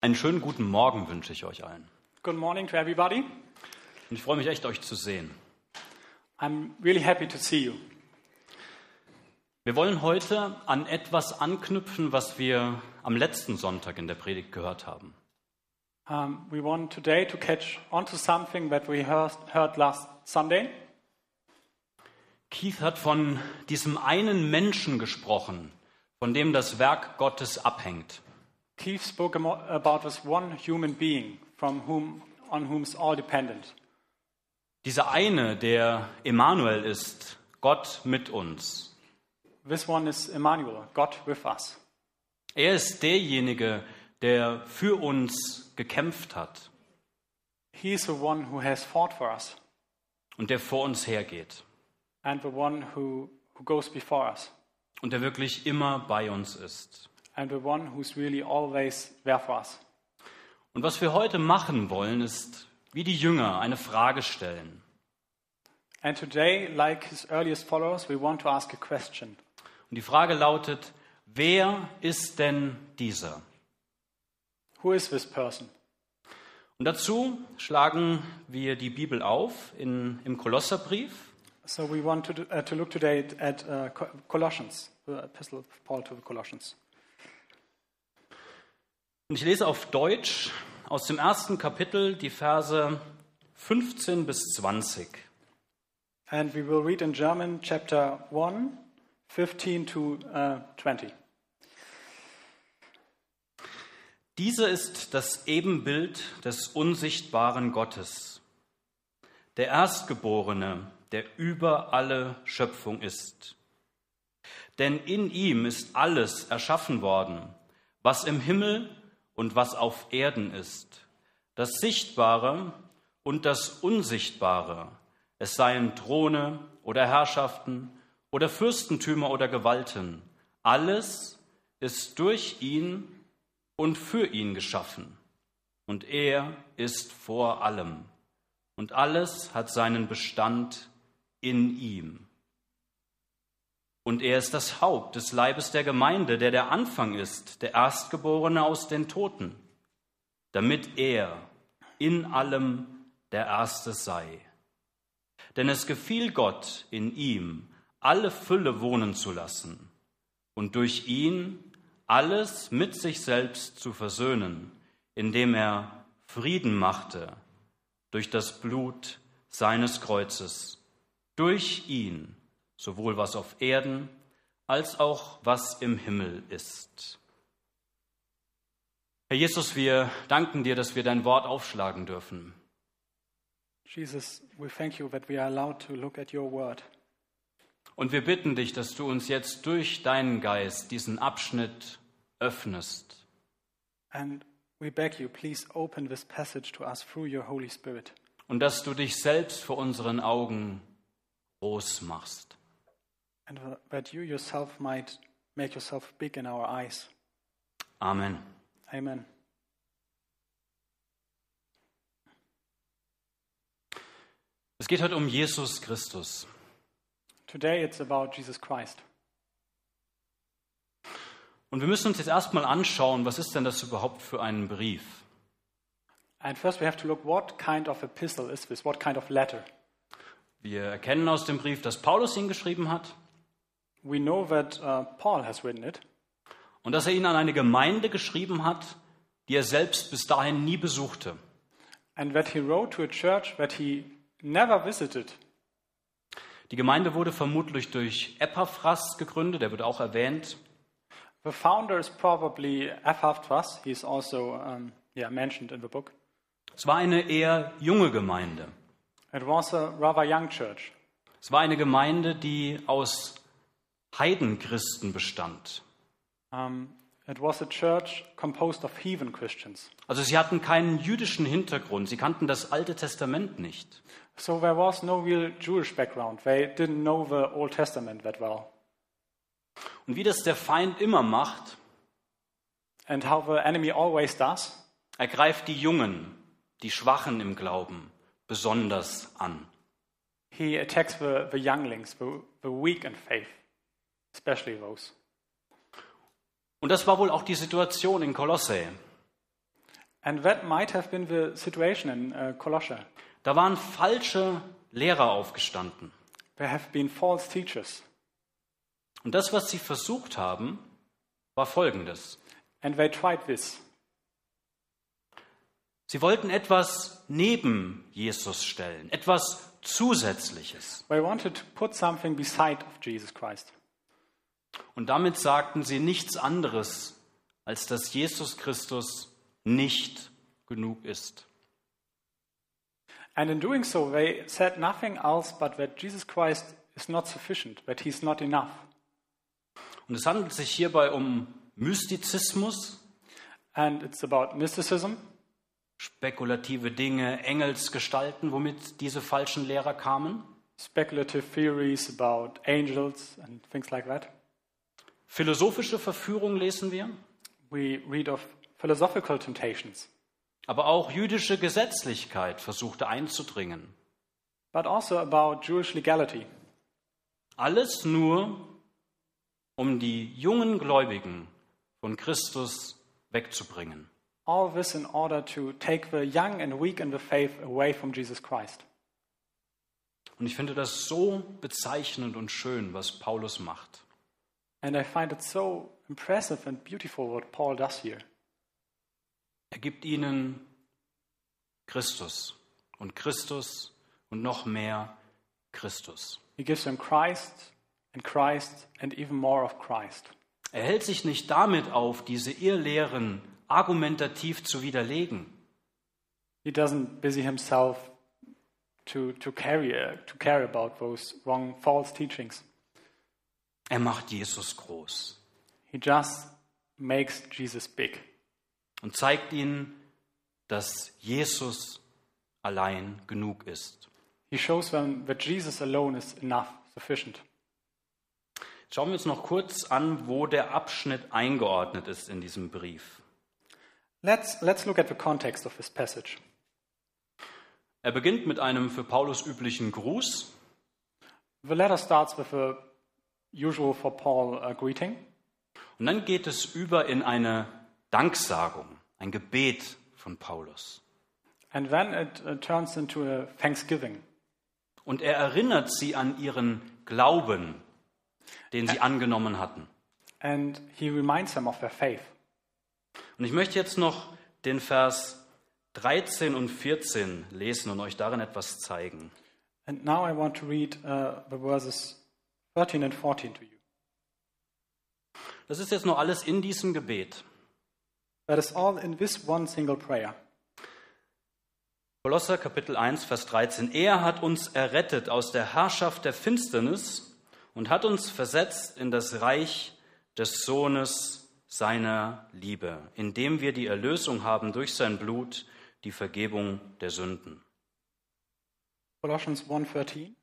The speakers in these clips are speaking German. Einen schönen guten Morgen wünsche ich euch allen. Good morning to everybody. Und ich freue mich echt, euch zu sehen. I'm really happy to see you. Wir wollen heute an etwas anknüpfen, was wir am letzten Sonntag in der Predigt gehört haben. Um, we want today to catch on to something that we heard, heard last Sunday. Keith hat von diesem einen Menschen gesprochen, von dem das Werk Gottes abhängt. Keith spoke amo- about this one human being from whom, on whom is all dependent. Dieser eine, der Emmanuel ist, Gott mit uns. This one is Emmanuel, God with us. Er ist derjenige, der für uns gekämpft hat He is the one who has fought for us und der vor uns hergeht and the one who, who goes before us und der wirklich immer bei uns ist. and the one who's really always there for us. Und was wir heute machen wollen, ist, wie die Jünger, eine Frage stellen. And today, like his earliest followers, we want to ask a question. Und die Frage lautet, wer ist denn dieser? Who is this person? Und dazu schlagen wir die Bibel auf in, im Kolosserbrief. So we want to, do, uh, to look today at, at uh, Co- Colossians, the epistle of Paul to the Colossians. Und ich lese auf Deutsch aus dem ersten Kapitel die Verse 15 bis 20. And we will read in German chapter 1, 15 to uh, 20. Diese ist das Ebenbild des unsichtbaren Gottes, der Erstgeborene, der über alle Schöpfung ist. Denn in ihm ist alles erschaffen worden, was im Himmel und was auf Erden ist, das Sichtbare und das Unsichtbare, es seien Throne oder Herrschaften oder Fürstentümer oder Gewalten, alles ist durch ihn und für ihn geschaffen. Und er ist vor allem. Und alles hat seinen Bestand in ihm. Und er ist das Haupt des Leibes der Gemeinde, der der Anfang ist, der Erstgeborene aus den Toten, damit er in allem der Erste sei. Denn es gefiel Gott, in ihm alle Fülle wohnen zu lassen und durch ihn alles mit sich selbst zu versöhnen, indem er Frieden machte durch das Blut seines Kreuzes, durch ihn, sowohl was auf Erden als auch was im Himmel ist. Herr Jesus, wir danken dir, dass wir dein Wort aufschlagen dürfen. Jesus, we thank you that we are allowed to look at your word. Und wir bitten dich, dass du uns jetzt durch deinen Geist diesen Abschnitt öffnest. And we beg you, please open this passage to us through your Holy Spirit, und dass du dich selbst vor unseren Augen groß machst. and that you yourself might make yourself big in our eyes. Amen. Amen. Es geht heute um Jesus Christus. Today it's about Jesus Christ. Und wir müssen uns jetzt erstmal anschauen, was ist denn das überhaupt für ein Brief? And first we have to look what kind of epistle is this? What kind of letter? Wir erkennen aus dem Brief, dass Paulus ihn geschrieben hat We know that uh, Paul has written it, und dass er ihn an eine Gemeinde geschrieben hat, die er selbst bis dahin nie besuchte. and that he wrote to a church that he never visited. Die Gemeinde wurde vermutlich durch Epaphras gegründet, der wird auch erwähnt. The founder is probably Epaphras. He's also um, yeah, mentioned in the book. Es war eine eher junge Gemeinde. It was a rather young church. Es war eine Gemeinde, die aus Heidenchristen bestand. Um, it was a church composed of heathen Christians. Also sie hatten keinen jüdischen Hintergrund, sie kannten das Alte Testament nicht. So there was no real Jewish background. They didn't know the Old Testament that well. Und wie das der Feind immer macht, And how the enemy always does, ergreift die Jungen, die Schwachen im Glauben, besonders an. he attacks the, the younglings, the, the weak in faith, especially those. Und das war wohl auch die Situation in Kolosse. And that might have been the situation in uh, Colossae. Da waren falsche Lehrer aufgestanden. There have been false teachers. Und das, was sie versucht haben, war folgendes. And they tried this. Sie wollten etwas neben Jesus stellen, etwas Zusätzliches. They wanted to put something beside of Jesus Christ. Und damit sagten sie nichts anderes, als dass Jesus Christus nicht genug ist. And in doing so, they said nothing else but that Jesus Christ is not sufficient, that he's not enough. Und es handelt sich hierbei um Mystizismus, And it's about mysticism, spekulative Dinge, Engelsgestalten, womit diese falschen Lehrer kamen, speculative theories about angels and things like that. philosophische Verführung lesen wir, We read of philosophical temptations, aber auch jüdische Gesetzlichkeit versuchte einzudringen. but also about Jewish legality. Alles nur, um die jungen Gläubigen von Christus wegzubringen. All this in order to take the young and weak in the faith away from Jesus Christ. Und ich finde das so bezeichnend und schön, was Paulus macht. And I find it so impressive and beautiful what Paul does here. Er gibt ihnen Christus und Christus und noch mehr Christus. He gives them Christ and Christ and even more of Christ. Er hält sich nicht damit auf, diese Irrlehren argumentativ zu widerlegen. He doesn't busy himself to, to, carry, uh, to care about those wrong, false teachings. Er macht Jesus groß He just makes Jesus big und zeigt ihnen, dass Jesus allein genug ist. He shows them that Jesus alone is enough, sufficient. Jetzt Schauen wir uns noch kurz an, wo der Abschnitt eingeordnet ist in diesem Brief. Let's, let's look at the context of this passage. Er beginnt mit einem für Paulus üblichen Gruß The letter starts with a usual for Paul uh, greeting, und dann geht es über in eine Danksagung, ein Gebet von Paulus. and then it uh, turns into a thanksgiving. Und er erinnert sie an ihren Glauben, den sie angenommen hatten. And he reminds them of their faith. Und ich möchte jetzt noch den Vers 13 und 14 lesen und euch darin etwas zeigen. And now I want to read uh, the verses 13 and 14 to you. Das ist jetzt nur alles in diesem Gebet. That is all in this one single prayer. Kolosser Kapitel 1, Vers 13. Er hat uns errettet aus der Herrschaft der Finsternis und hat uns versetzt in das Reich des Sohnes seiner Liebe, indem wir die Erlösung haben durch sein Blut, die Vergebung der Sünden. Colossians 1:13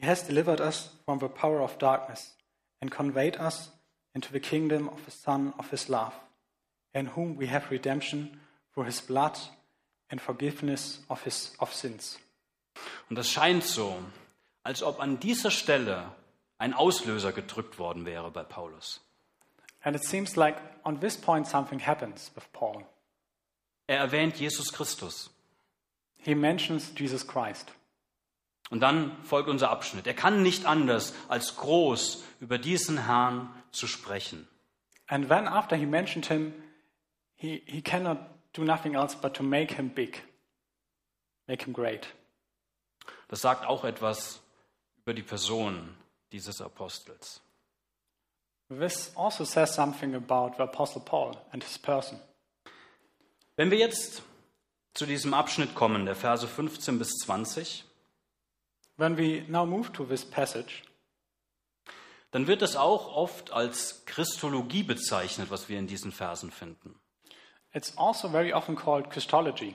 He has delivered us from the power of darkness and conveyed us into the kingdom of the son of his love in whom we have redemption through his blood and forgiveness of his of sins. Und das scheint so, als ob an dieser Stelle ein Auslöser gedrückt worden wäre bei Paulus. And it seems like on this point something happens with Paul. Er erwähnt Jesus Christus. He mentions Jesus Christ. Und dann folgt unser Abschnitt. Er kann nicht anders, als groß über diesen Herrn zu sprechen. And then after he mentioned him, he, he cannot do nothing else but to make him big, make him great. Das sagt auch etwas über die Person dieses Apostels. This also says something about the Apostle Paul and his person. Wenn wir jetzt zu diesem Abschnitt kommen, der Verse 15 bis 20, When we now move to this passage, dann wird es auch oft als Christologie bezeichnet, was wir in diesen Versen finden. it's also very often called Christology.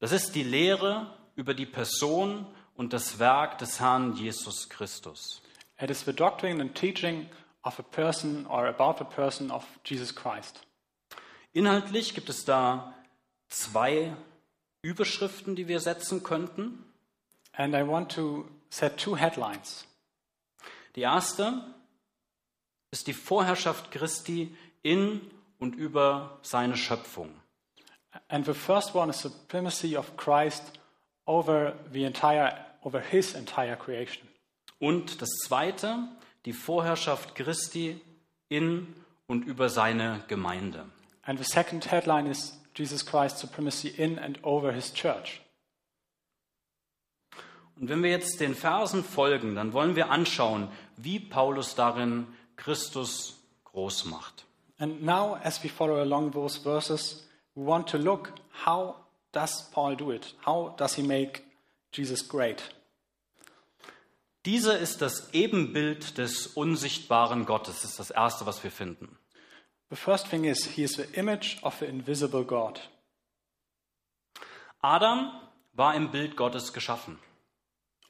Das ist die Lehre über die Person und das Werk des Herrn Jesus Christus. It is the doctrine and teaching of a person or about the person of Jesus Christ. Inhaltlich gibt es da zwei Überschriften, die wir setzen könnten. And I want to set two headlines. Die erste ist die Vorherrschaft Christi in und über seine Schöpfung. And the first one is supremacy of Christ over the entire over his entire creation. Und das zweite, die Vorherrschaft Christi in und über seine Gemeinde. And the second headline is Jesus Christ's supremacy in and over his church. Und wenn wir jetzt den Versen folgen, dann wollen wir anschauen, wie Paulus darin Christus groß macht. And now as we follow along those verses, we want to look how does Paul do it? How does he make Jesus great? Diese ist das Ebenbild des unsichtbaren Gottes. Das ist das Erste, was wir finden. The first thing is he is the image of the invisible God. Adam war im Bild Gottes geschaffen.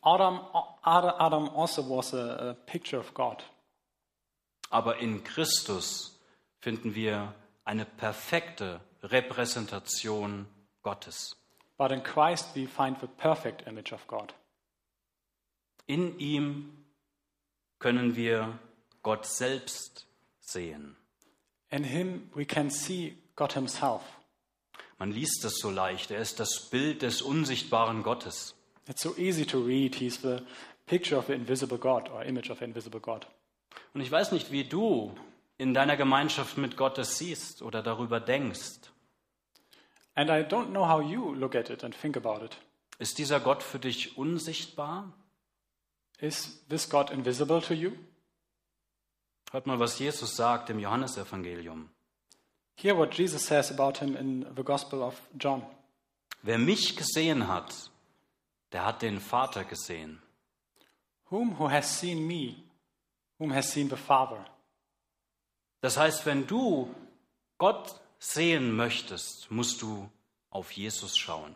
Adam Ad- Adam also was a, a picture of God, Aber in Christus finden wir eine perfekte Repräsentation Gottes. but in Christ we find the perfect image of God. In ihm können wir Gott selbst sehen. In him we can see God himself. Man liest es so leicht. Er ist das Bild des unsichtbaren Gottes. It's so easy to read. He's the picture of the invisible God or image of the invisible God. Und ich weiß nicht, wie du in deiner Gemeinschaft mit Gott es siehst oder darüber denkst. And I don't know how you look at it and think about it. Ist dieser Gott für dich unsichtbar? Is this God invisible to you? Hört mal, was Jesus sagt im Johannesevangelium. Hear what Jesus says about him in the Gospel of John. Wer mich gesehen hat, der hat den Vater gesehen. Whom who has seen me, whom has seen the Father. Das heißt, wenn du Gott sehen möchtest, musst du auf Jesus schauen.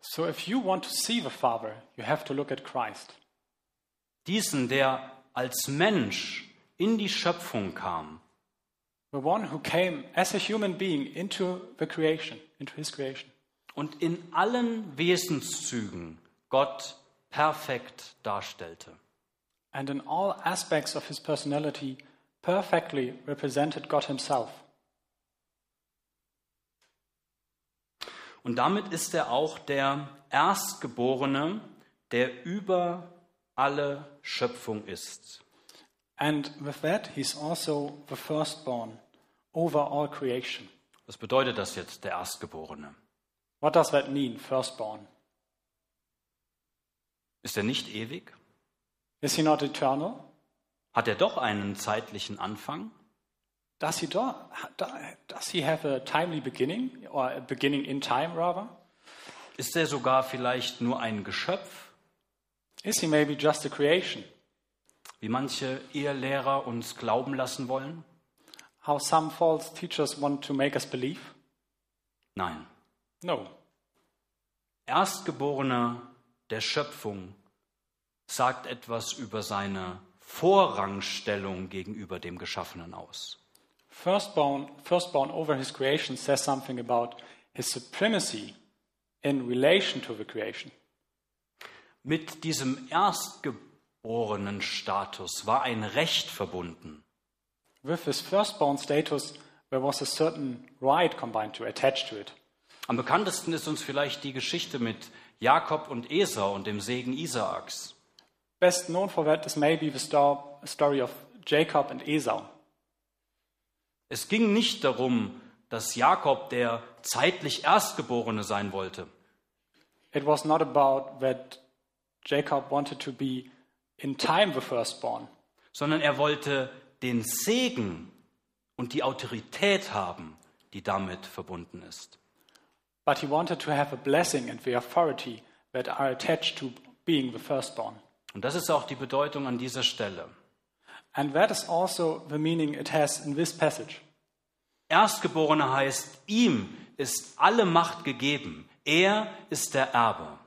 So if you want to see the Father, you have to look at Christ. Diesen, der als Mensch in die Schöpfung kam, The one who came as a human being into the creation, into his creation, und in allen Wesenszügen Gott perfekt darstellte. and in all aspects of his personality perfectly represented God himself. Und damit ist er auch der Erstgeborene, der über alle Schöpfung ist. And with that, he's also the firstborn over all creation. Was bedeutet das jetzt, der Erstgeborene? What does that mean, firstborn? Ist er nicht ewig? Is he not eternal? Hat er doch einen zeitlichen Anfang? Does he, do, does he have a timely beginning, or a beginning in time, rather? Ist er sogar vielleicht nur ein Geschöpf, Is he maybe just a creation? wie manche Ehelehrer uns glauben lassen wollen? How some false teachers want to make us believe? Nein. No. Erstgeborener der Schöpfung sagt etwas über seine Vorrangstellung gegenüber dem Geschaffenen aus. Firstborn, firstborn over his creation says something about his supremacy in relation to the creation. Mit diesem erstgeborenen Status war ein Recht verbunden. With his firstborn status, there was a certain right combined to attach to it. Am bekanntesten ist uns vielleicht die Geschichte mit Jakob und Esau und dem Segen Isaaks. Best known for that is maybe the star, story of Jacob and Esau. Es ging nicht darum, dass Jakob der zeitlich Erstgeborene sein wollte. It was not about that Jacob wanted to be in time the firstborn, sondern er wollte den Segen und die Autorität haben, die damit verbunden ist. but he wanted to have a blessing and the authority that are attached to being the firstborn. Und das ist auch die Bedeutung an dieser Stelle. And that is also the meaning it has in this passage. Erstgeborene heißt, ihm ist alle Macht gegeben. Er ist der Erbe.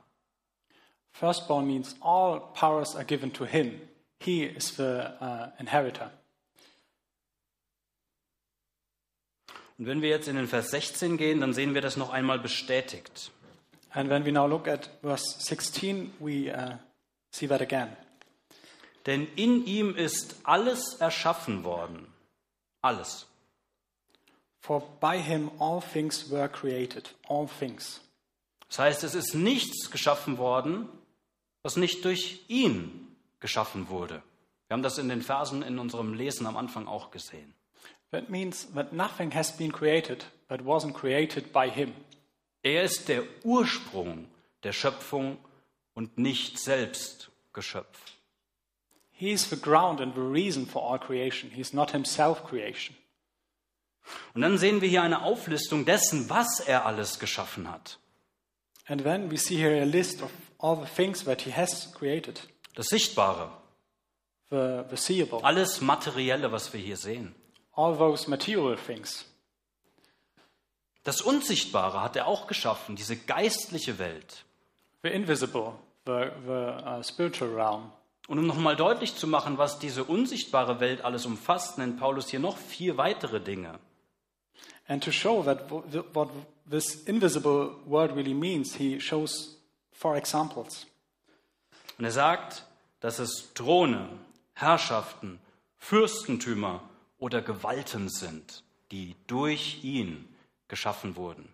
Firstborn means all powers are given to him. He is the uh, inheritor. Und wenn wir jetzt in den Vers 16 gehen, dann sehen wir das noch einmal bestätigt. And when we now look at verse 16, we uh, see that again. Denn in ihm ist alles erschaffen worden. Alles. For by him all things were created, all things. Das heißt, es ist nichts geschaffen worden, was nicht durch ihn geschaffen wurde. Wir haben das in den Versen in unserem Lesen am Anfang auch gesehen. That means that nothing has been created but wasn't created by him. Er ist der Ursprung der Schöpfung und nicht selbst Geschöpf. He is the ground and the reason for all creation. He is not himself creation. Und dann sehen wir hier eine Auflistung dessen, was er alles geschaffen hat. And then we see here a list of all the things that he has created Das Sichtbare, the, the seeable, alles Materielle, was wir hier sehen. all those material things. Das Unsichtbare hat er auch geschaffen, diese geistliche Welt. the invisible, the, the uh, spiritual realm. Und um nochmal deutlich zu machen, was diese unsichtbare Welt alles umfasst, nennt Paulus hier noch vier weitere Dinge. And to show that w- th- what this invisible world really means, he shows four examples. Und er sagt, dass es Throne, Herrschaften, Fürstentümer oder Gewalten sind, die durch ihn geschaffen wurden.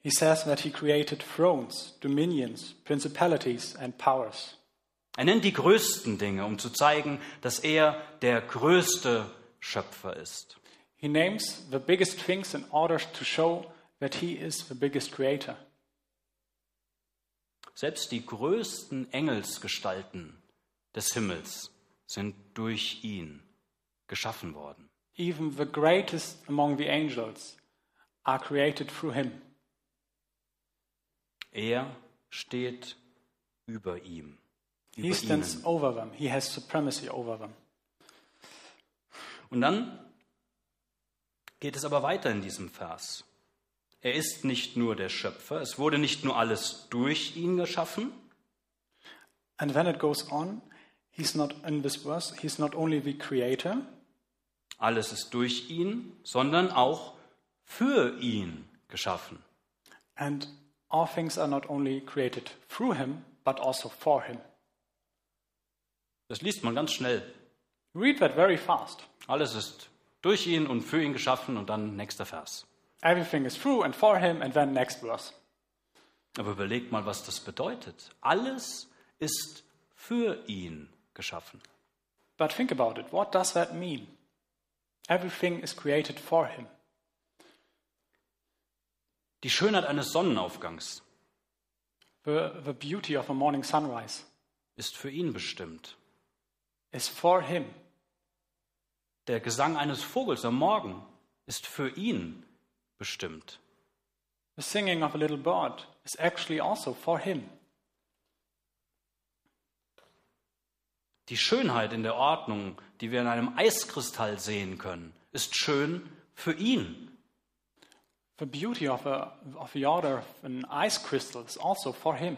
He says that he created thrones, dominions, principalities, and powers. Er nennt die größten Dinge, um zu zeigen, dass er der größte Schöpfer ist. He names the biggest things in order to show that he is the biggest creator. Selbst die größten Engelsgestalten des Himmels sind durch ihn geschaffen worden. Even the greatest among the angels are created through him. Er steht über ihm. Über He stands ihnen. over them, he has supremacy over them. Und dann geht es aber weiter in diesem Vers. Er ist nicht nur der Schöpfer, es wurde nicht nur alles durch ihn geschaffen, And then it goes on. He's not in this verse. He's not only the creator, alles ist durch ihn, sondern auch für ihn geschaffen. and all things are not only created through him, but also for him. Das liest man ganz schnell. Read that very fast. Alles ist durch ihn und für ihn geschaffen und dann nächster Vers. Everything is through and for him, and then next verse. Aber überlegt mal, was das bedeutet. Alles ist für ihn geschaffen. But think about it. What does that mean? Everything is created for him. Die Schönheit eines Sonnenaufgangs The, the beauty of a morning sunrise ist für ihn bestimmt. is for him. Der Gesang eines Vogels am Morgen ist für ihn bestimmt. The singing of a little bird is actually also for him. Die Schönheit in der Ordnung, die wir in einem Eiskristall sehen können, ist schön für ihn. The beauty of, a, of the order of an ice crystal is also for him.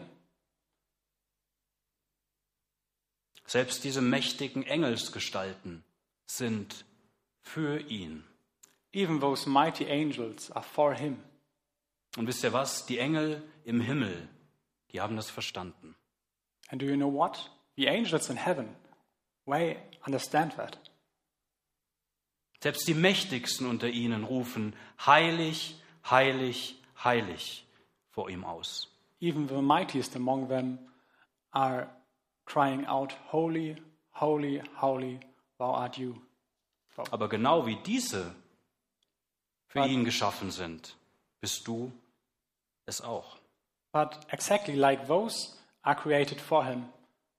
Selbst diese mächtigen Engelsgestalten sind für ihn. Even those mighty angels are for him. Und wisst ihr was? Die Engel im Himmel, die haben das verstanden. And do you know what? The angels in heaven, they understand that. Selbst die Mächtigsten unter ihnen rufen heilig, heilig, heilig vor ihm aus. Even the mightiest among them are crying out, Holy, holy, holy, thou art you. Aber genau wie diese für ihn geschaffen sind, bist du es auch. But exactly like those are created for him,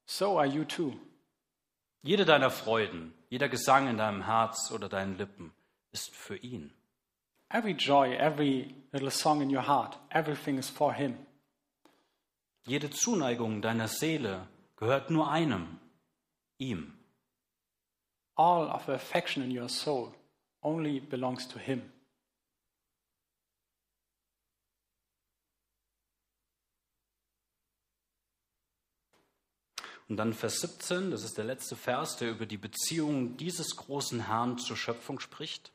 so are you too. Jede deiner Freuden, jeder Gesang in deinem Herz oder deinen Lippen ist für ihn. Every joy, every little song in your heart, everything is for him. Jede Zuneigung deiner Seele gehört nur einem, ihm. All of the affection in your soul only belongs to him. Und dann Vers 17, das ist der letzte Vers, der über die Beziehung dieses großen Herrn zur Schöpfung spricht.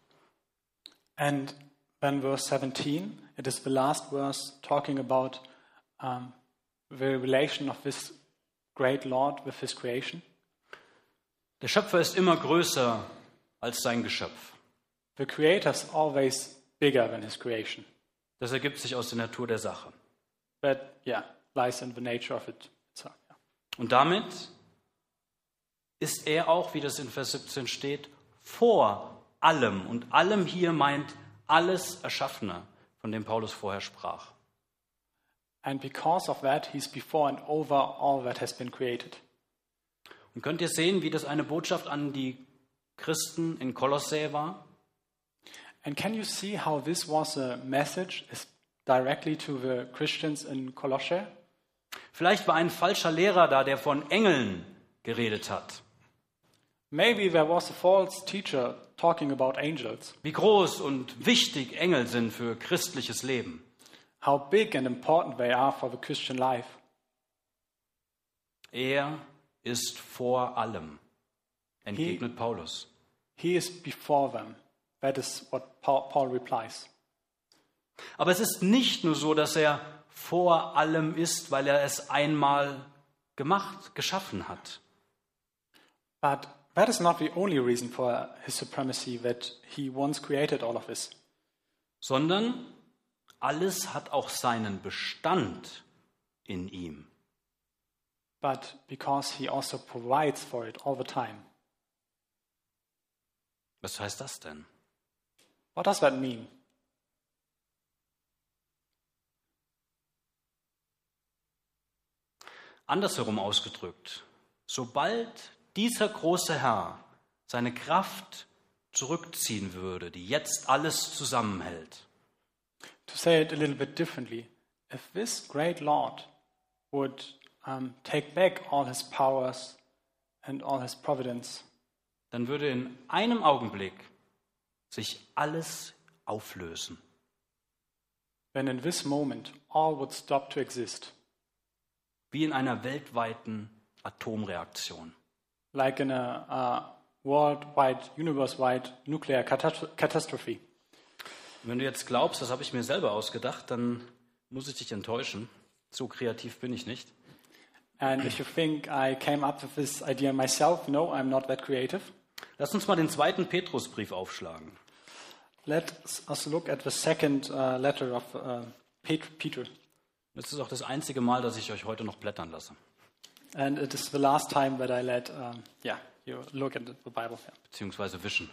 And then verse 17, it is the last verse talking about um, the relation of this great Lord with his creation. Der Schöpfer ist immer größer als sein Geschöpf. The creator's always bigger than his creation. Das ergibt sich aus der Natur der Sache. But yeah, lies in the nature of it. So, yeah. Und damit ist er auch, wie das in Vers 17 steht, vor allem. Und allem hier meint alles Erschaffene, von dem Paulus vorher sprach. And because of that, he's before and over all that has been created. Und könnt ihr sehen, wie das eine Botschaft an die Christen in Kolossä war? And can you see how this was a message is directly to the Christians in Colossae? Vielleicht war ein falscher Lehrer da, der von Engeln geredet hat. Maybe there was a false teacher talking about angels, Wie groß und wichtig Engel sind für christliches Leben. how big and important they are for the Christian life. Er ist vor allem, entgegnet Paulus. He is before them. That is what Paul, Paul replies. Aber es ist nicht nur so, dass er vor allem ist, weil er es einmal gemacht, geschaffen hat. But that is not the only reason for his supremacy that he once created all of this. sondern alles hat auch seinen Bestand in ihm. but because he also provides for it all the time. Was heißt das denn? What does that mean? Andersherum ausgedrückt, sobald dieser große Herr seine Kraft zurückziehen würde, die jetzt alles zusammenhält, To say it a little bit differently, if this great Lord would um, take back all his powers and all his providence, dann würde in einem Augenblick sich alles auflösen. then in this moment all would stop to exist, Wie in einer weltweiten Atomreaktion. like in a uh, worldwide, universe wide nuclear catat- catastrophe. Wenn du jetzt glaubst, das habe ich mir selber ausgedacht, dann muss ich dich enttäuschen. So kreativ bin ich nicht. And if you think I came up with this idea myself, no, I'm not that creative. Lass uns mal den zweiten Petrusbrief aufschlagen. Let us look at the second uh, letter of uh, Pet- Peter. Das ist auch das einzige Mal, dass ich euch heute noch blättern lasse, And it is the last time that I let, um, yeah, you look at the Bible. Yeah. beziehungsweise wischen.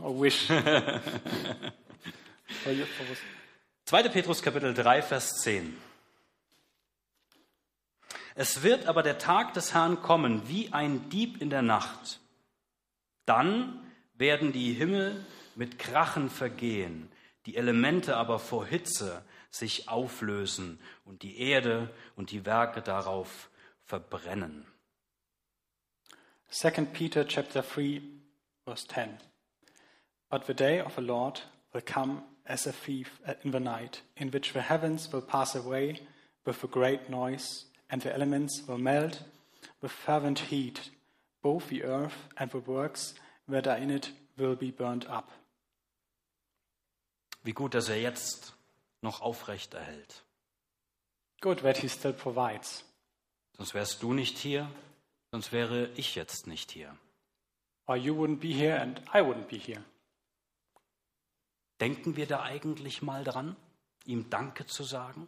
Or wish. For you- for us. 2. Petrus Kapitel 3, Vers 10. Es wird aber der Tag des Herrn kommen wie ein Dieb in der Nacht. Dann werden die Himmel mit Krachen vergehen, die Elemente aber vor Hitze sich auflösen und die Erde und die Werke darauf verbrennen. Second Peter chapter 3, verse 10. But the day of the Lord will come as a thief in the night, in which the heavens will pass away with a great noise, and the elements will melt with fervent heat. Both the earth and the works that are in it will be burned up. Wie gut, dass er jetzt noch aufrecht erhält. Good that he still provides. Sonst wärst du nicht hier, sonst wäre ich jetzt nicht hier. Or you wouldn't be here and I wouldn't be here. Denken wir da eigentlich mal dran, ihm Danke zu sagen?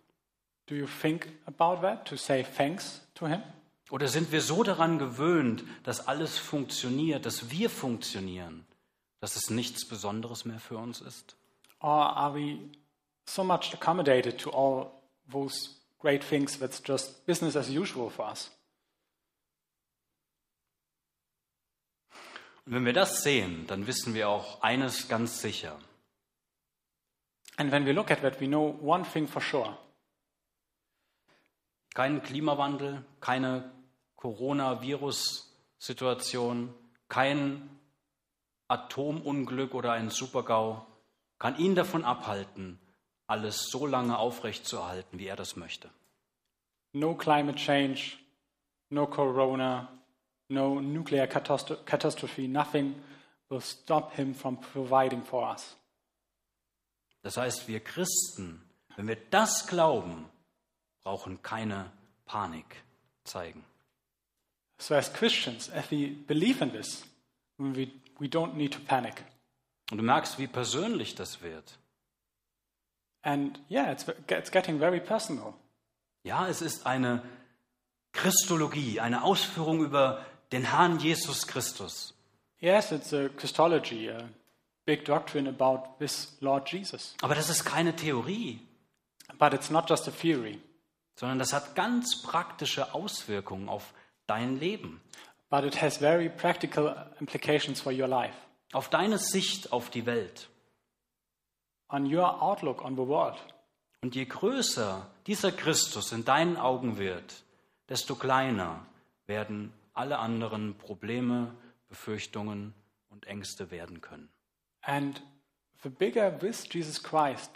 Do you think about that to say thanks to him? Oder sind wir so daran gewöhnt, dass alles funktioniert, dass wir funktionieren, dass es nichts Besonderes mehr für uns ist? Or are we so much accommodated to all those great things that's just business as usual for us? Und wenn wir das sehen, dann wissen wir auch eines ganz sicher. And when we look at that, we know one thing for sure Keinen Klimawandel, keine Coronavirus-Situation, kein Atomunglück oder ein Supergau kann ihn davon abhalten, alles so lange aufrechtzuerhalten, wie er das möchte. no climate change, no corona, no nuclear catast- catastrophe, nothing will stop him from providing for us. Das heißt, wir Christen, wenn wir das glauben, brauchen keine Panik zeigen. So, as Christians, if we believe in this, we, we don't need to panic. Und du merkst, wie persönlich das wird. And yeah, it's, it's getting very personal. Ja, es ist eine Christologie, eine Ausführung über den Herrn Jesus Christus. Yes, it's a Christology, a big doctrine about this Lord Jesus. Aber das ist keine Theorie, But it's not just a theory, sondern das hat ganz praktische Auswirkungen auf dein Leben, but it has very practical implications for your life, auf deine Sicht auf die Welt. on your outlook on the world. Und je größer dieser Christus in deinen Augen wird, desto kleiner werden alle anderen Probleme, Befürchtungen und Ängste werden können. And the bigger this Jesus Christ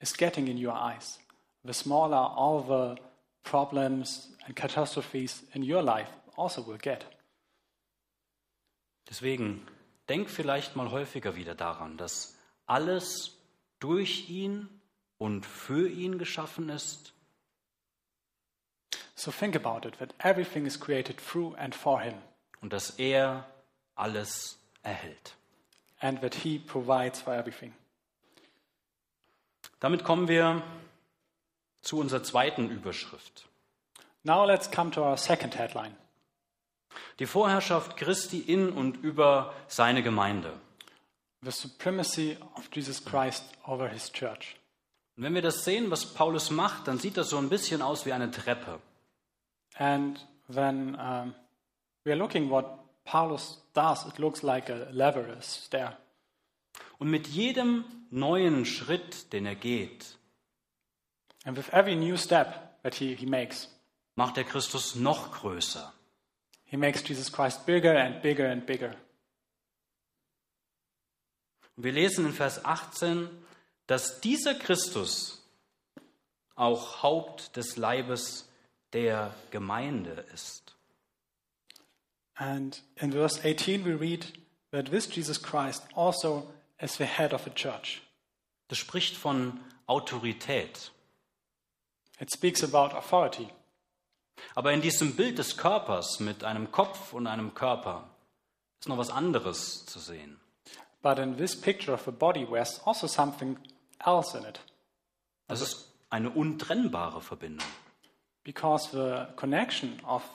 is getting in your eyes, the smaller all the problems and catastrophes in your life also will get. Deswegen denk vielleicht mal häufiger wieder daran, dass alles durch ihn und für ihn geschaffen ist So think about it that everything is created through and for Him, und dass er alles erhält. and that He provides for everything. Damit kommen wir zu unserer zweiten Überschrift. Now let's come to our second headline Die Vorherrschaft Christi in und über seine Gemeinde. the supremacy of Jesus Christ over His church. Und wenn wir das sehen, was Paulus macht, dann sieht das so ein bisschen aus wie eine Treppe. And when um, we are looking what Paulus does, it looks like a lever, a stair. Und mit jedem neuen Schritt, den er geht, And with every new step that he, he makes, macht er Christus noch größer. he makes Jesus Christ bigger and bigger and bigger. Und wir lesen in Vers 18, dass dieser Christus auch Haupt des Leibes der Gemeinde ist. And in verse 18, we read that this Jesus Christ also is the head of the church. Das spricht von Autorität. It speaks about authority. Aber in diesem Bild des Körpers mit einem Kopf und einem Körper ist noch was anderes zu sehen. But in this picture of the body, there's also something else in it. Das ist eine untrennbare Verbindung. Because the connection of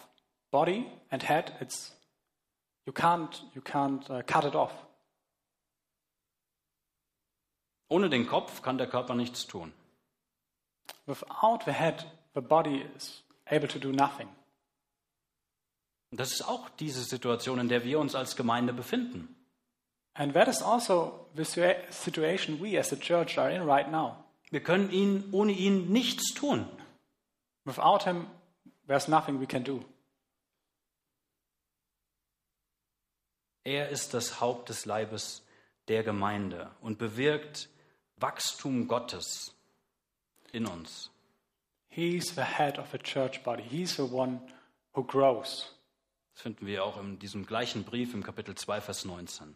body and head, it's, you can't, you can't uh, cut it off. Ohne den Kopf kann der Körper nichts tun. Without the head, the body is able to do nothing. Und das ist auch diese Situation, in der wir uns als Gemeinde befinden. And that is also the situa- situation we as a church are in right now. Wir können ihn ohne ihn nichts tun. Without him, there's nothing we can do. Er ist das Haupt des Leibes der Gemeinde und bewirkt Wachstum Gottes in uns. He's the head of the church body. He's the one who grows. Das finden wir auch in diesem gleichen Brief im Kapitel 2, Vers 19.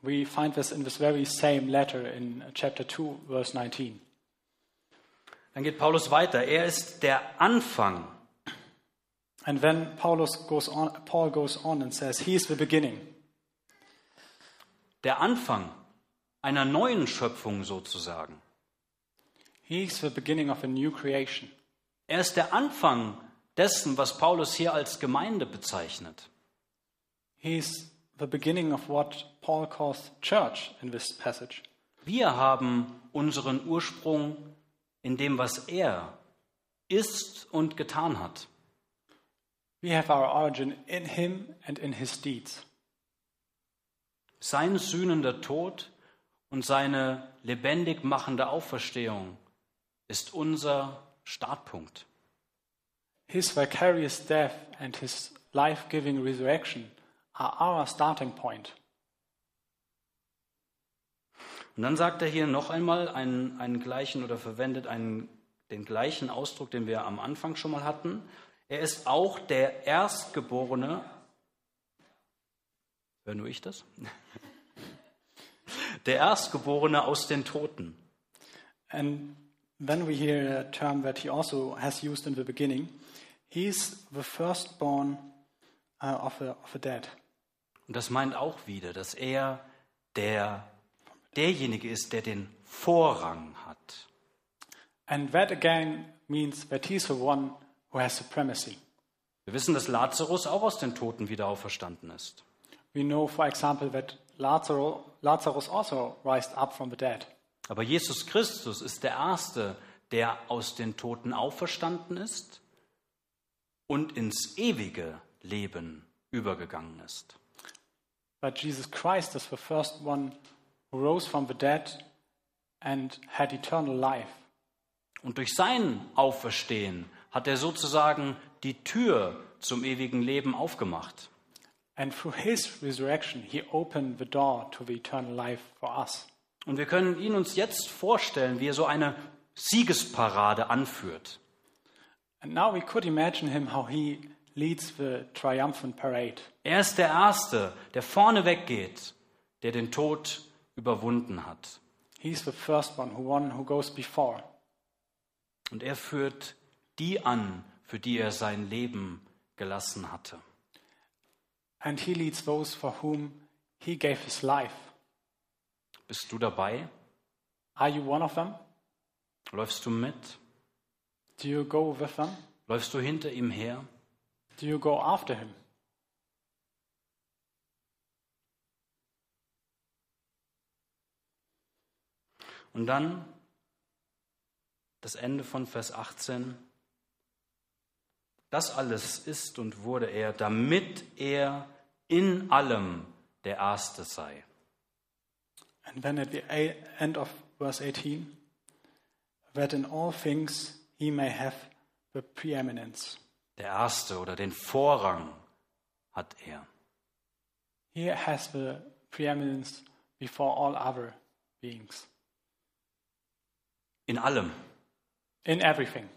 We find this in this very same letter in chapter 2, verse 19. Dann geht Paulus weiter. Er ist der Anfang. And then Paulus goes on, Paul goes on and says, He is the beginning. Der Anfang einer neuen Schöpfung sozusagen. He's the beginning of a new creation. Er ist der Anfang dessen, was Paulus hier als Gemeinde bezeichnet. He's the beginning of what Paul calls church in this passage. Wir haben unseren Ursprung in dem, was er ist und getan hat. We have our origin in him and in his deeds. Sein sühnender Tod und seine lebendig machende Auferstehung ist unser Startpunkt. His vicarious death and his life giving resurrection are our starting point. Und dann sagt er hier noch einmal einen, einen gleichen oder verwendet einen, den gleichen Ausdruck, den wir am Anfang schon mal hatten. Er ist auch der Erstgeborene. Hör nur ich das? Der Erstgeborene aus den Toten. And then we hear a term that he also has used in the beginning. He's the firstborn uh, of, the, of the dead, Und das meint auch wieder, dass er der derjenige ist, der den Vorrang hat. And that again means that he's the one who has supremacy. Wir wissen, dass Lazarus auch aus den Toten wieder auferstanden ist. We know, for example, that Lazarus, Lazarus also raised up from the dead. Aber Jesus Christus ist der Erste, der aus den Toten auferstanden ist und ins ewige Leben übergegangen ist. But Jesus Christ is the first one who rose from the dead and had eternal life. Und durch sein Auferstehen hat er sozusagen die Tür zum ewigen Leben aufgemacht. And through his resurrection, he opened the door to the eternal life for us. Und wir können ihn uns jetzt vorstellen, wie er so eine Siegesparade anführt. And now we could imagine him how he leads the triumphant parade. Er ist der Erste, der vorne weggeht, der den Tod überwunden hat. He's the first one, who one who goes before. Und er führt die an, für die er sein Leben gelassen hatte. And he leads those for whom he gave his life. Bist du dabei? Are you one of them? Läufst du mit? Do you go with them? Läufst du hinter ihm her? Do you go after him? Und dann das Ende von Vers 18. Das alles ist und wurde er, damit er in allem der Erste sei. And then at the a- end of verse 18, that in all things he may have the preeminence. Der Erste oder den Vorrang hat er. He has the preeminence before all other beings In allem. in everything,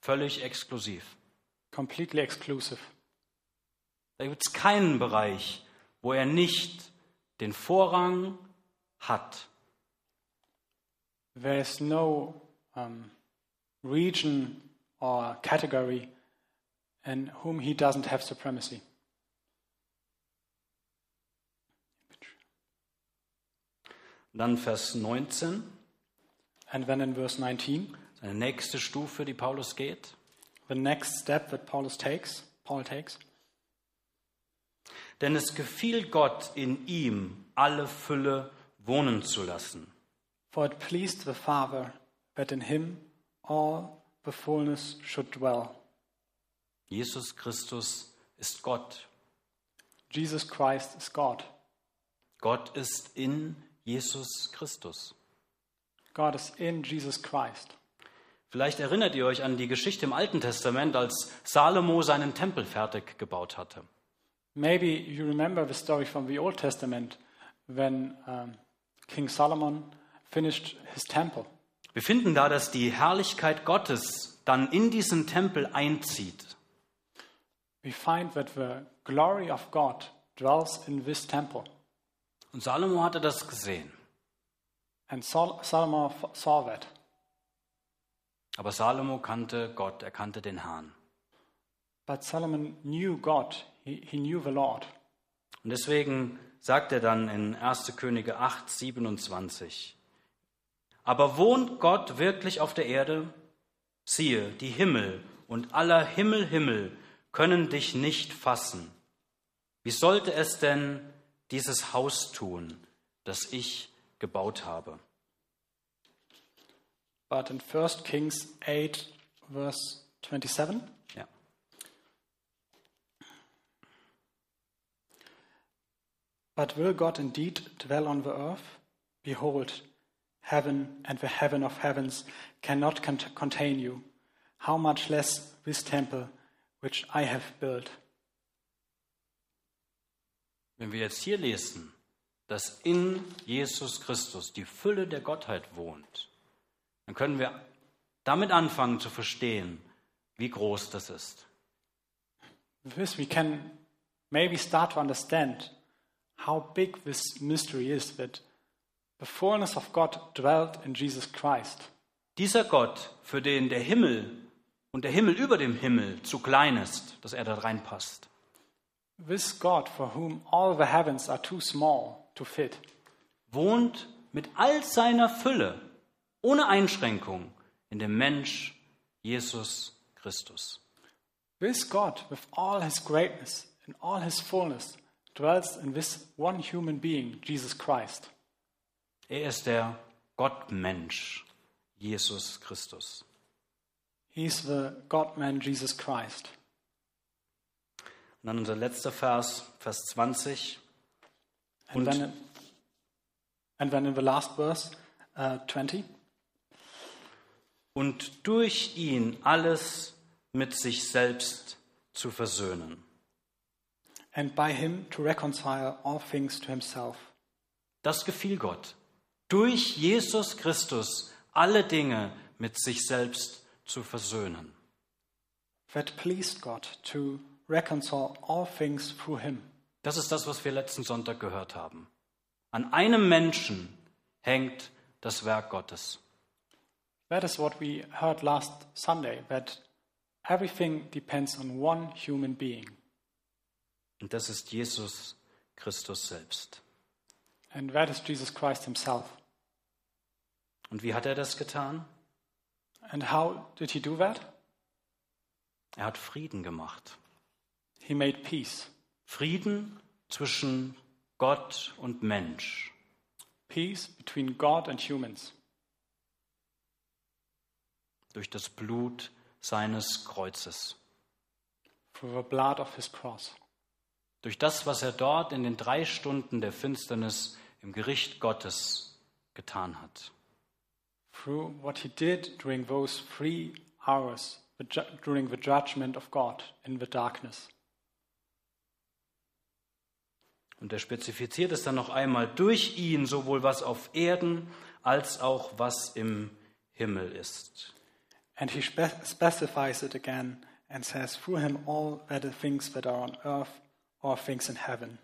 Völlig exklusiv. completely exclusive. Da gibt es keinen Bereich, wo er nicht den Vorrang hat. There is no um, region or category in whom he doesn't have supremacy. Dann Vers 19, And then in verse 19, seine nächste Stufe, die Paulus geht. the next step that Paulus takes, Paul takes, Denn es gefiel Gott, in ihm alle Fülle wohnen zu lassen. For it pleased the Father that in him all the fullness should dwell. Jesus Christus ist Gott. Jesus Christ is God. Gott ist in Jesus Christus. God is in Jesus Christ. Vielleicht erinnert ihr euch an die Geschichte im Alten Testament, als Salomo seinen Tempel fertig gebaut hatte. Maybe you remember the story from the Old Testament when um, King Solomon finished his temple. Wir finden da, dass die Herrlichkeit Gottes dann in diesen Tempel einzieht. We find that the glory of God dwells in this temple. Und Salomo hatte das gesehen. And Sol- Solomon f- saw that. Aber Salomo kannte Gott, er kannte den Herrn. But Solomon knew God, he, he knew the Lord. Und deswegen sagt er dann in 1. Könige 8, 27, Aber wohnt Gott wirklich auf der Erde? Siehe, die Himmel und aller Himmel, Himmel können dich nicht fassen. Wie sollte es denn dieses Haus tun, das ich gebaut habe? But in 1 Kings 8, verse 27, Ja. But will God indeed dwell on the earth? Behold, heaven and the heaven of heavens cannot con- contain you. How much less this temple which I have built? Wenn wir jetzt hier lesen, dass in Jesus Christus die Fülle der Gottheit wohnt, dann können wir damit anfangen zu verstehen, wie groß das ist. With this, we can maybe start to understand how big this mystery is that the fullness of God dwelt in Jesus Christ. Dieser Gott, für den der Himmel und der Himmel über dem Himmel zu klein ist, dass er da reinpasst, This God for whom all the heavens are too small to fit. wohnt mit all seiner Fülle, ohne Einschränkung, in dem Mensch Jesus Christus. This God, with all his greatness and all his fullness, dwells in this one human being, Jesus Christ. Er ist der Gottmensch, Jesus Christus. He's the God man Jesus Christ. Und dann unser letzter Vers, Vers 20. And Und- then, and then in the last verse, uh, 20, und durch ihn alles mit sich selbst zu versöhnen. and by him to reconcile all things to himself. Das gefiel Gott. Durch Jesus Christus alle Dinge mit sich selbst zu versöhnen. That pleased God to reconcile all things through him. Das ist das, was wir letzten Sonntag gehört haben. An einem Menschen hängt das Werk Gottes. That is what we heard last Sunday, that everything depends on one human being, Und das ist Jesus Christus selbst. and that is Jesus Christ himself. Und wie hat er das getan? And how did he do that? Er hat Frieden gemacht. He made peace. Frieden zwischen Gott und Mensch. Peace between God and humans durch das Blut seines Kreuzes, through the blood of his cross, durch das, was er dort in den drei Stunden der Finsternis im Gericht Gottes getan hat. through what he did during those three hours, the ju- during the judgment of God in the darkness. Und er spezifiziert es dann noch einmal, durch ihn sowohl was auf Erden als auch was im Himmel ist. And he spe- specifies it again and says, through him all that are things that are on earth or things in heaven.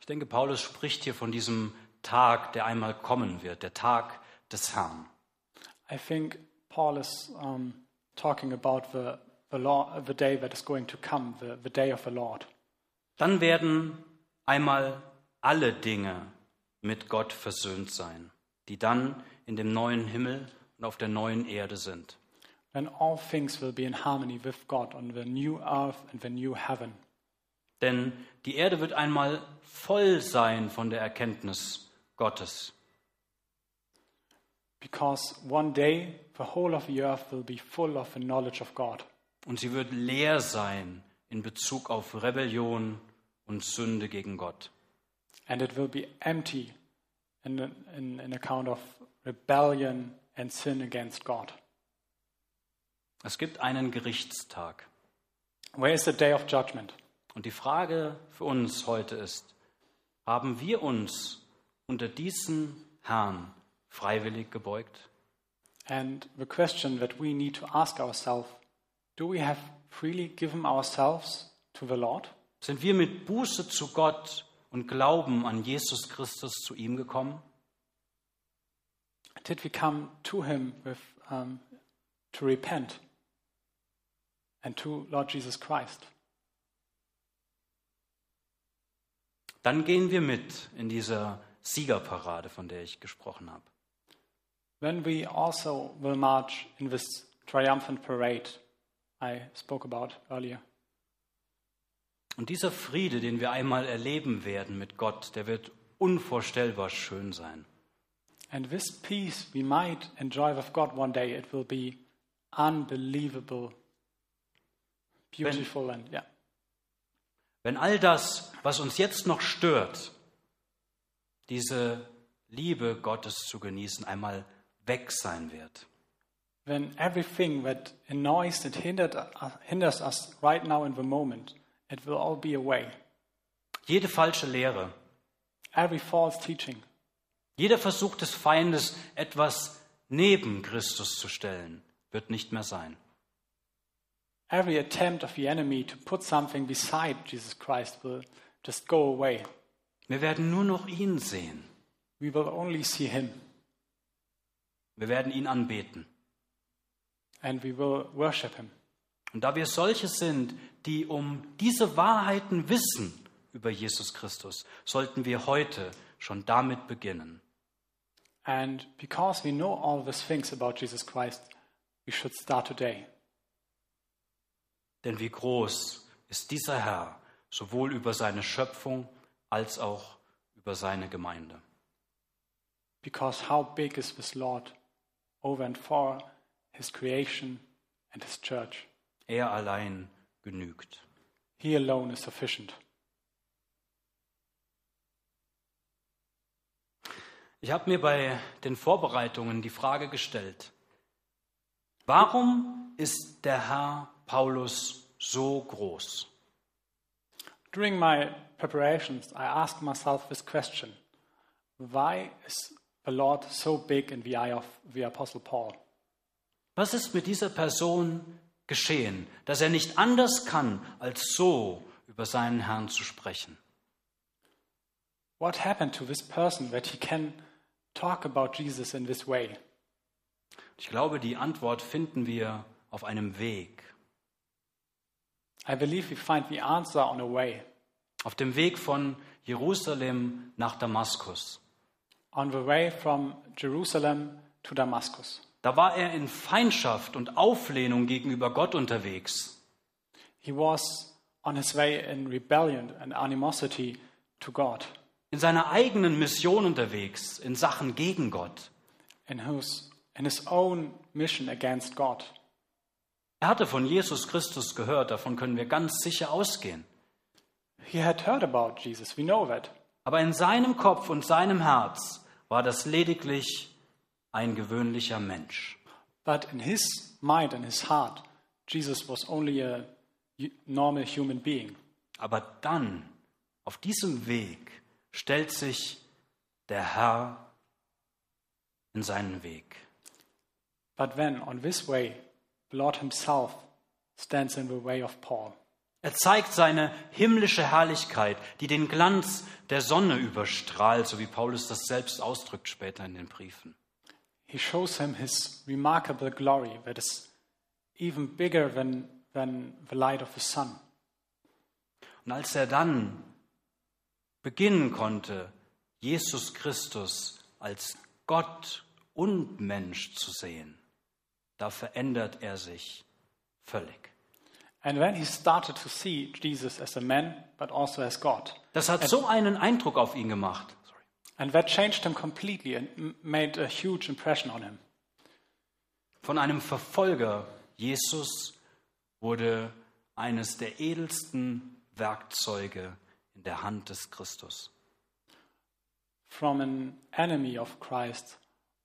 Ich denke, Paulus spricht hier von diesem Tag, der einmal kommen wird, der Tag des Herrn. I think Paul is um, talking about the, the, law, the day that is going to come, the, the day of the Lord. Dann werden einmal alle Dinge mit Gott versöhnt sein, die dann in dem neuen Himmel und auf der neuen Erde sind. Then all things will be in harmony with God on the new earth and the new heaven. Denn die Erde wird einmal voll sein von der Erkenntnis Gottes. Because one day the whole of the earth will be full of the knowledge of God. Und sie wird leer sein in Bezug auf Rebellion und Sünde gegen Gott. And it will be empty in, in, in account of rebellion and sin against God. Es gibt einen Gerichtstag. Where is the day of judgment? Und die Frage für uns heute ist, haben wir uns unter diesen Herrn freiwillig gebeugt? And the question that we need to ask ourselves do we have freely given ourselves to the Lord? Sind wir mit Buße zu Gott und Glauben an Jesus Christus zu ihm gekommen? Did we come to Him with, um, to repent and to Lord Jesus Christ? Dann gehen wir mit in dieser Siegerparade, von der ich gesprochen habe. Then we also will march in this triumphant parade I spoke about earlier. Und dieser Friede, den wir einmal erleben werden mit Gott, der wird unvorstellbar schön sein. And this peace we might enjoy with God one day, it will be unbelievable, beautiful, and yeah. Wenn all das, was uns jetzt noch stört, diese Liebe Gottes zu genießen, einmal weg sein wird. when everything that annoys and hindered, uh, hinders us right now in the moment, it will all be away. Jede falsche Lehre, Every false teaching, jeder Versuch des Feindes, etwas neben Christus zu stellen, wird nicht mehr sein. every attempt of the enemy to put something beside Jesus Christ will just go away. Wir werden nur noch ihn sehen. We will only see him Wir werden ihn anbeten. and we will worship him. Und da wir solche sind, die um diese Wahrheiten wissen über Jesus Christus, sollten wir heute schon damit beginnen, And because we know all these things about Jesus Christ, we should start today. Denn wie groß ist dieser Herr, sowohl über seine Schöpfung als auch über seine Gemeinde. Because how big is this Lord over and for his creation and his church? Er allein genügt. He alone is sufficient. Ich habe mir bei den Vorbereitungen die Frage gestellt, warum ist der Herr Paulus so groß? During my preparations, I asked myself this question Why is the Lord so big in the eye of the Apostle Paul? Was ist mit dieser Person geschehen, dass er nicht anders kann, als so über seinen Herrn zu sprechen? What happened to this person that he can talk about Jesus in this way? Ich glaube, die Antwort finden wir auf einem Weg, I believe we find the answer on a way, auf dem Weg von Jerusalem nach Damaskus. on the way from Jerusalem to Damascus. Da war er in Feindschaft und Auflehnung gegenüber Gott unterwegs. He was on his way in rebellion and animosity to God, in seiner eigenen Mission unterwegs, in Sachen gegen Gott. in, whose, in his own mission against God. Er hatte von Jesus Christus gehört, davon können wir ganz sicher ausgehen. He had heard about Jesus, we know that. Aber in seinem Kopf und seinem Herz war das lediglich ein gewöhnlicher Mensch. But in his mind and his heart, Jesus was only a hu- normal human being. Aber dann, auf diesem Weg, stellt sich der Herr in seinen Weg. But then, on this way, the Lord himself stands in the way of Paul. Er zeigt seine himmlische Herrlichkeit, die den Glanz der Sonne überstrahlt, so wie Paulus das selbst ausdrückt später in den Briefen. he shows him his remarkable glory that is even bigger than, than the light of the sun. Und als er dann beginnen konnte, Jesus Christus als Gott und Mensch zu sehen, da verändert er sich völlig. And when he started to see Jesus as a man, but also as God, Das hat so einen Eindruck auf ihn gemacht. and that changed him completely and m- made a huge impression on him. Von einem Verfolger Jesus wurde eines der edelsten Werkzeuge in der Hand des Christus. From an enemy of Christ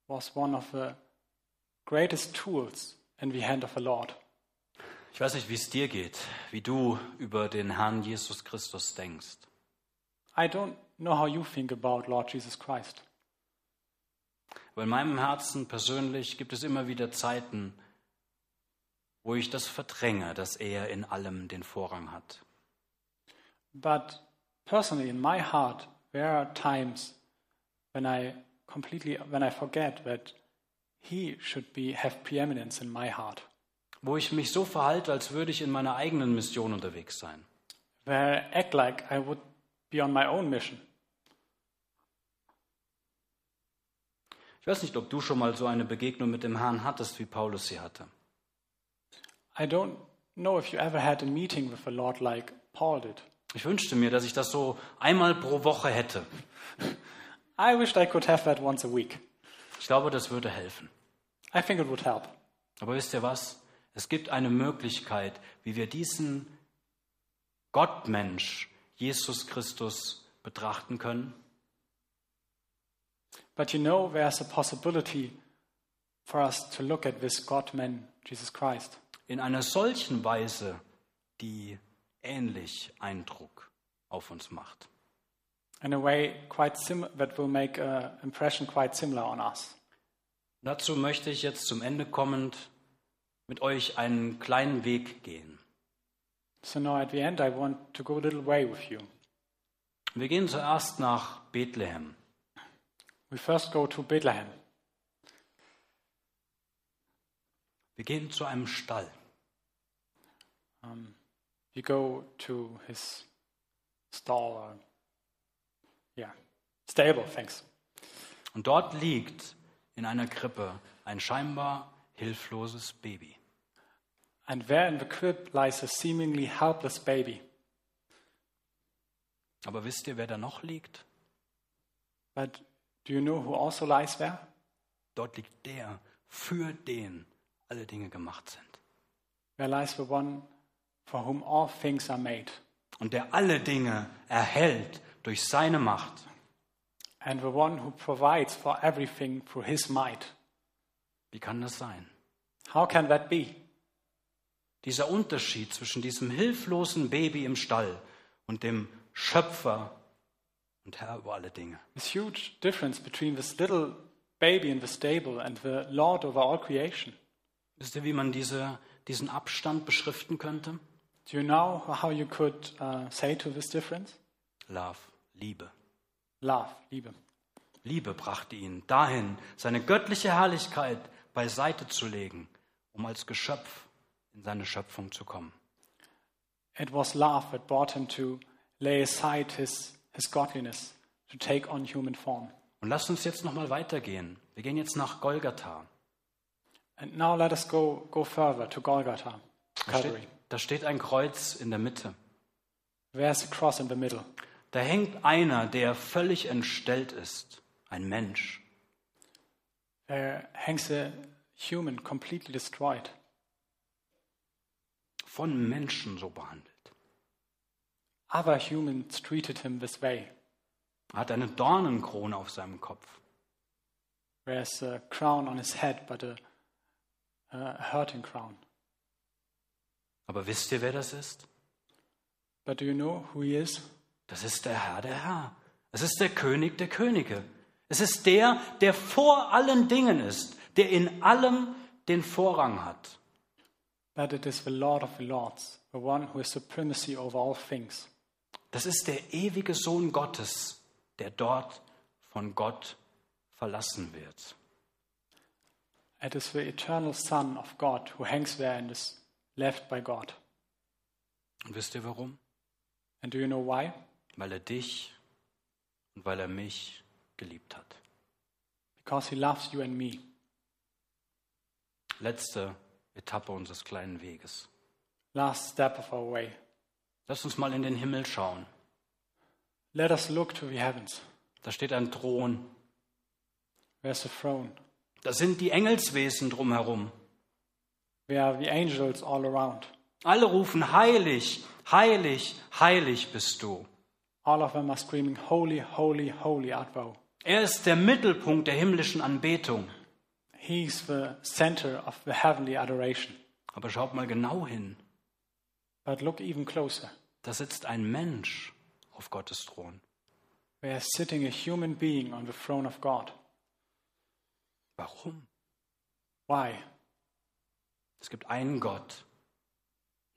was one of the greatest tools in the hand of the Lord. Ich weiß nicht, wie es dir geht, wie du über den Herrn Jesus Christus denkst. I don't know how you think about Lord Jesus Christ, Aber in meinem Herzen persönlich gibt es immer wieder Zeiten, wo ich das verdränge, dass er in allem den Vorrang hat. but personally, in my heart, there are times when I completely when I forget that he should be have preeminence in my heart. Wo ich mich so verhalte, als würde ich in meiner eigenen Mission unterwegs sein. Where I act like I would be on my own mission. Ich weiß nicht, ob du schon mal so eine Begegnung mit dem Herrn hattest, wie Paulus sie hatte. I don't know if you ever had a meeting with the Lord like Paul did. Ich wünschte mir, dass ich das so einmal pro Woche hätte. I wished I could have that once a week. Ich glaube, das würde helfen. I think it would help. Aber wisst ihr was? Es gibt eine Möglichkeit, wie wir diesen Gottmensch, Jesus Christus, betrachten können. But you know, there's a possibility for us to look at this God man, Jesus Christ, in einer solchen Weise, die ähnlich Eindruck auf uns macht. in a way quite sim- that will make an impression quite similar on us. Dazu möchte ich jetzt zum Ende kommend mit euch einen kleinen Weg gehen. So now at the end, I want to go a little way with you. Wir gehen zuerst nach Bethlehem. We first go to Bethlehem. Wir gehen zu einem Stall. Um, you go to his stall, or, yeah, stable. Thanks. Und dort liegt in einer Krippe ein scheinbar hilfloses Baby. And there in the crib lies a seemingly helpless baby. Aber wisst ihr, wer da noch liegt? But do you know who also lies there? Dort liegt der, für den alle Dinge gemacht sind. There lies the one for whom all things are made, Und der alle Dinge erhält durch seine Macht. and the one who provides for everything through his might. Wie kann das sein? How can that be? Dieser Unterschied zwischen diesem hilflosen Baby im Stall und dem Schöpfer und Herr über alle Dinge. This huge difference between this little baby in the stable and the Lord over all creation. Wisst ihr, wie man diese, diesen Abstand beschriften könnte? Do you know how you could uh, say to this difference? Love, Liebe. Love, Liebe. Liebe brachte ihn dahin, seine göttliche Herrlichkeit beiseite zu legen, um als Geschöpf in seine Schöpfung zu kommen. It was love that brought him to lay aside his, his godliness, to take on human form. Und lasst uns jetzt nochmal weitergehen. Wir gehen jetzt nach Golgatha. And now let us go, go further to Golgotha, Da Calvary. steht, da steht ein Kreuz in der Mitte. There's a cross in the middle. Da hängt einer, der völlig entstellt ist, ein Mensch. There hangs a human completely destroyed, von Menschen so behandelt. Other humans treated him this way. Er hat eine Dornenkrone auf seinem Kopf. There's a crown on his head, but a, a hurting crown. Aber wisst ihr, wer das ist? But do you know who he is? Das ist der Herr der Herr. Es ist der König der Könige. Es ist der, der vor allen Dingen ist, der in allem den Vorrang hat. That it is the Lord of the Lords, the one who is supremacy over all things. Das ist der ewige Sohn Gottes, der dort von Gott verlassen wird. It is the eternal Son of God who hangs there and is left by God. Und wisst ihr warum? And do you know why? Weil er dich und weil er mich geliebt hat. Because he loves you and me. Letzte Etappe unseres kleinen Weges. Last step of our way. Lass uns mal in den Himmel schauen. Let us look to the heavens. Da steht ein Thron. There's a throne. Da sind die Engelswesen drumherum. There are the angels all around. Alle rufen, heilig, heilig, heilig bist du. All of them are screaming, Holy, holy, holy art thou. Er ist der Mittelpunkt der himmlischen Anbetung. He's the center of the heavenly adoration. Aber schaut mal genau hin. But look even closer. Da sitzt ein Mensch auf Gottes Thron. They are sitting a human being on the throne of God. Warum? Why? Es gibt einen Gott.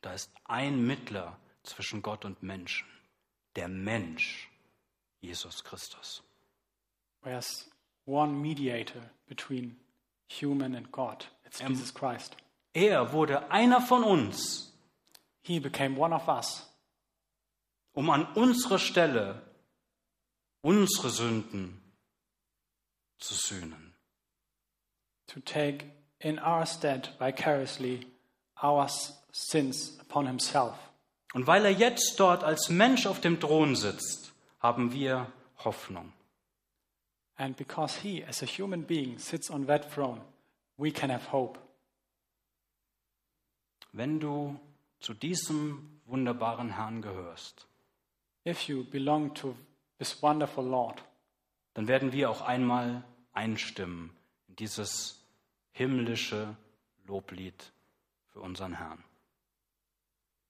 Da ist ein Mittler zwischen Gott und Menschen. Der Mensch, Jesus Christus. There's one mediator between human and God. It's Em- Jesus Christ. Er wurde einer von uns, He became one of us um an unsere Stelle unsere Sünden zu sühnen. to take in our stead vicariously our s- sins upon himself. Und weil er jetzt dort als Mensch auf dem Thron sitzt, haben wir Hoffnung. And because he, as a human being, sits on that throne, we can have hope. Wenn du zu diesem wunderbaren Herrn gehörst, If you belong to this wonderful Lord, dann werden wir auch einmal einstimmen in dieses himmlische Loblied für unseren Herrn.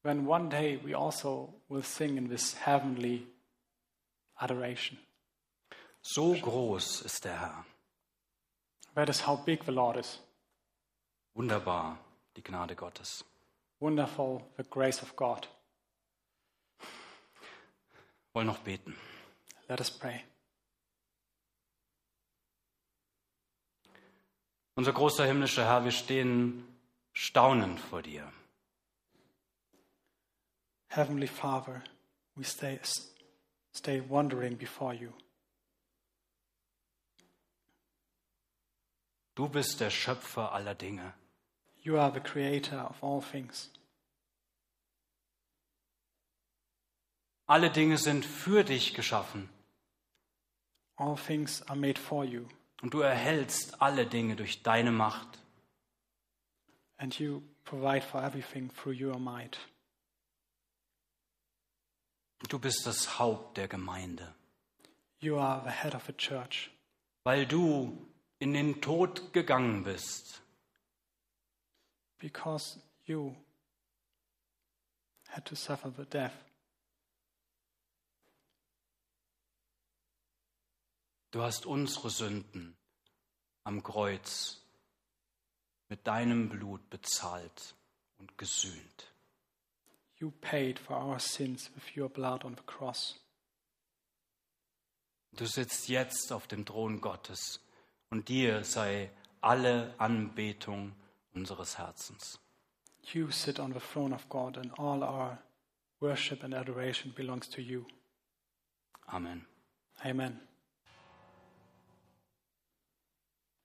then one day we also will sing in this heavenly adoration. So groß ist der Herr. That is how big the Lord is. Wunderbar, die Gnade Gottes. Wonderful, the grace of God. Wollen noch beten. Let us pray. Unser großer himmlischer Herr, wir stehen staunend vor dir. Heavenly Father, we stay, stay wandering before you. Du bist der Schöpfer aller Dinge. You are the creator of all things. Alle Dinge sind für dich geschaffen All things are made for you, und du erhältst alle Dinge durch deine Macht. and you provide for everything through your might. Du bist das Haupt der Gemeinde, You are the head of the church weil du in den Tod gegangen bist, because you had to suffer the death. Du hast unsere Sünden am Kreuz mit deinem Blut bezahlt und gesühnt. You paid for our sins with your blood on the cross. Du sitzt jetzt auf dem Thron Gottes und dir sei alle Anbetung unseres Herzens. You sit on the throne of God, and all our worship and adoration belongs to you. Amen. Amen.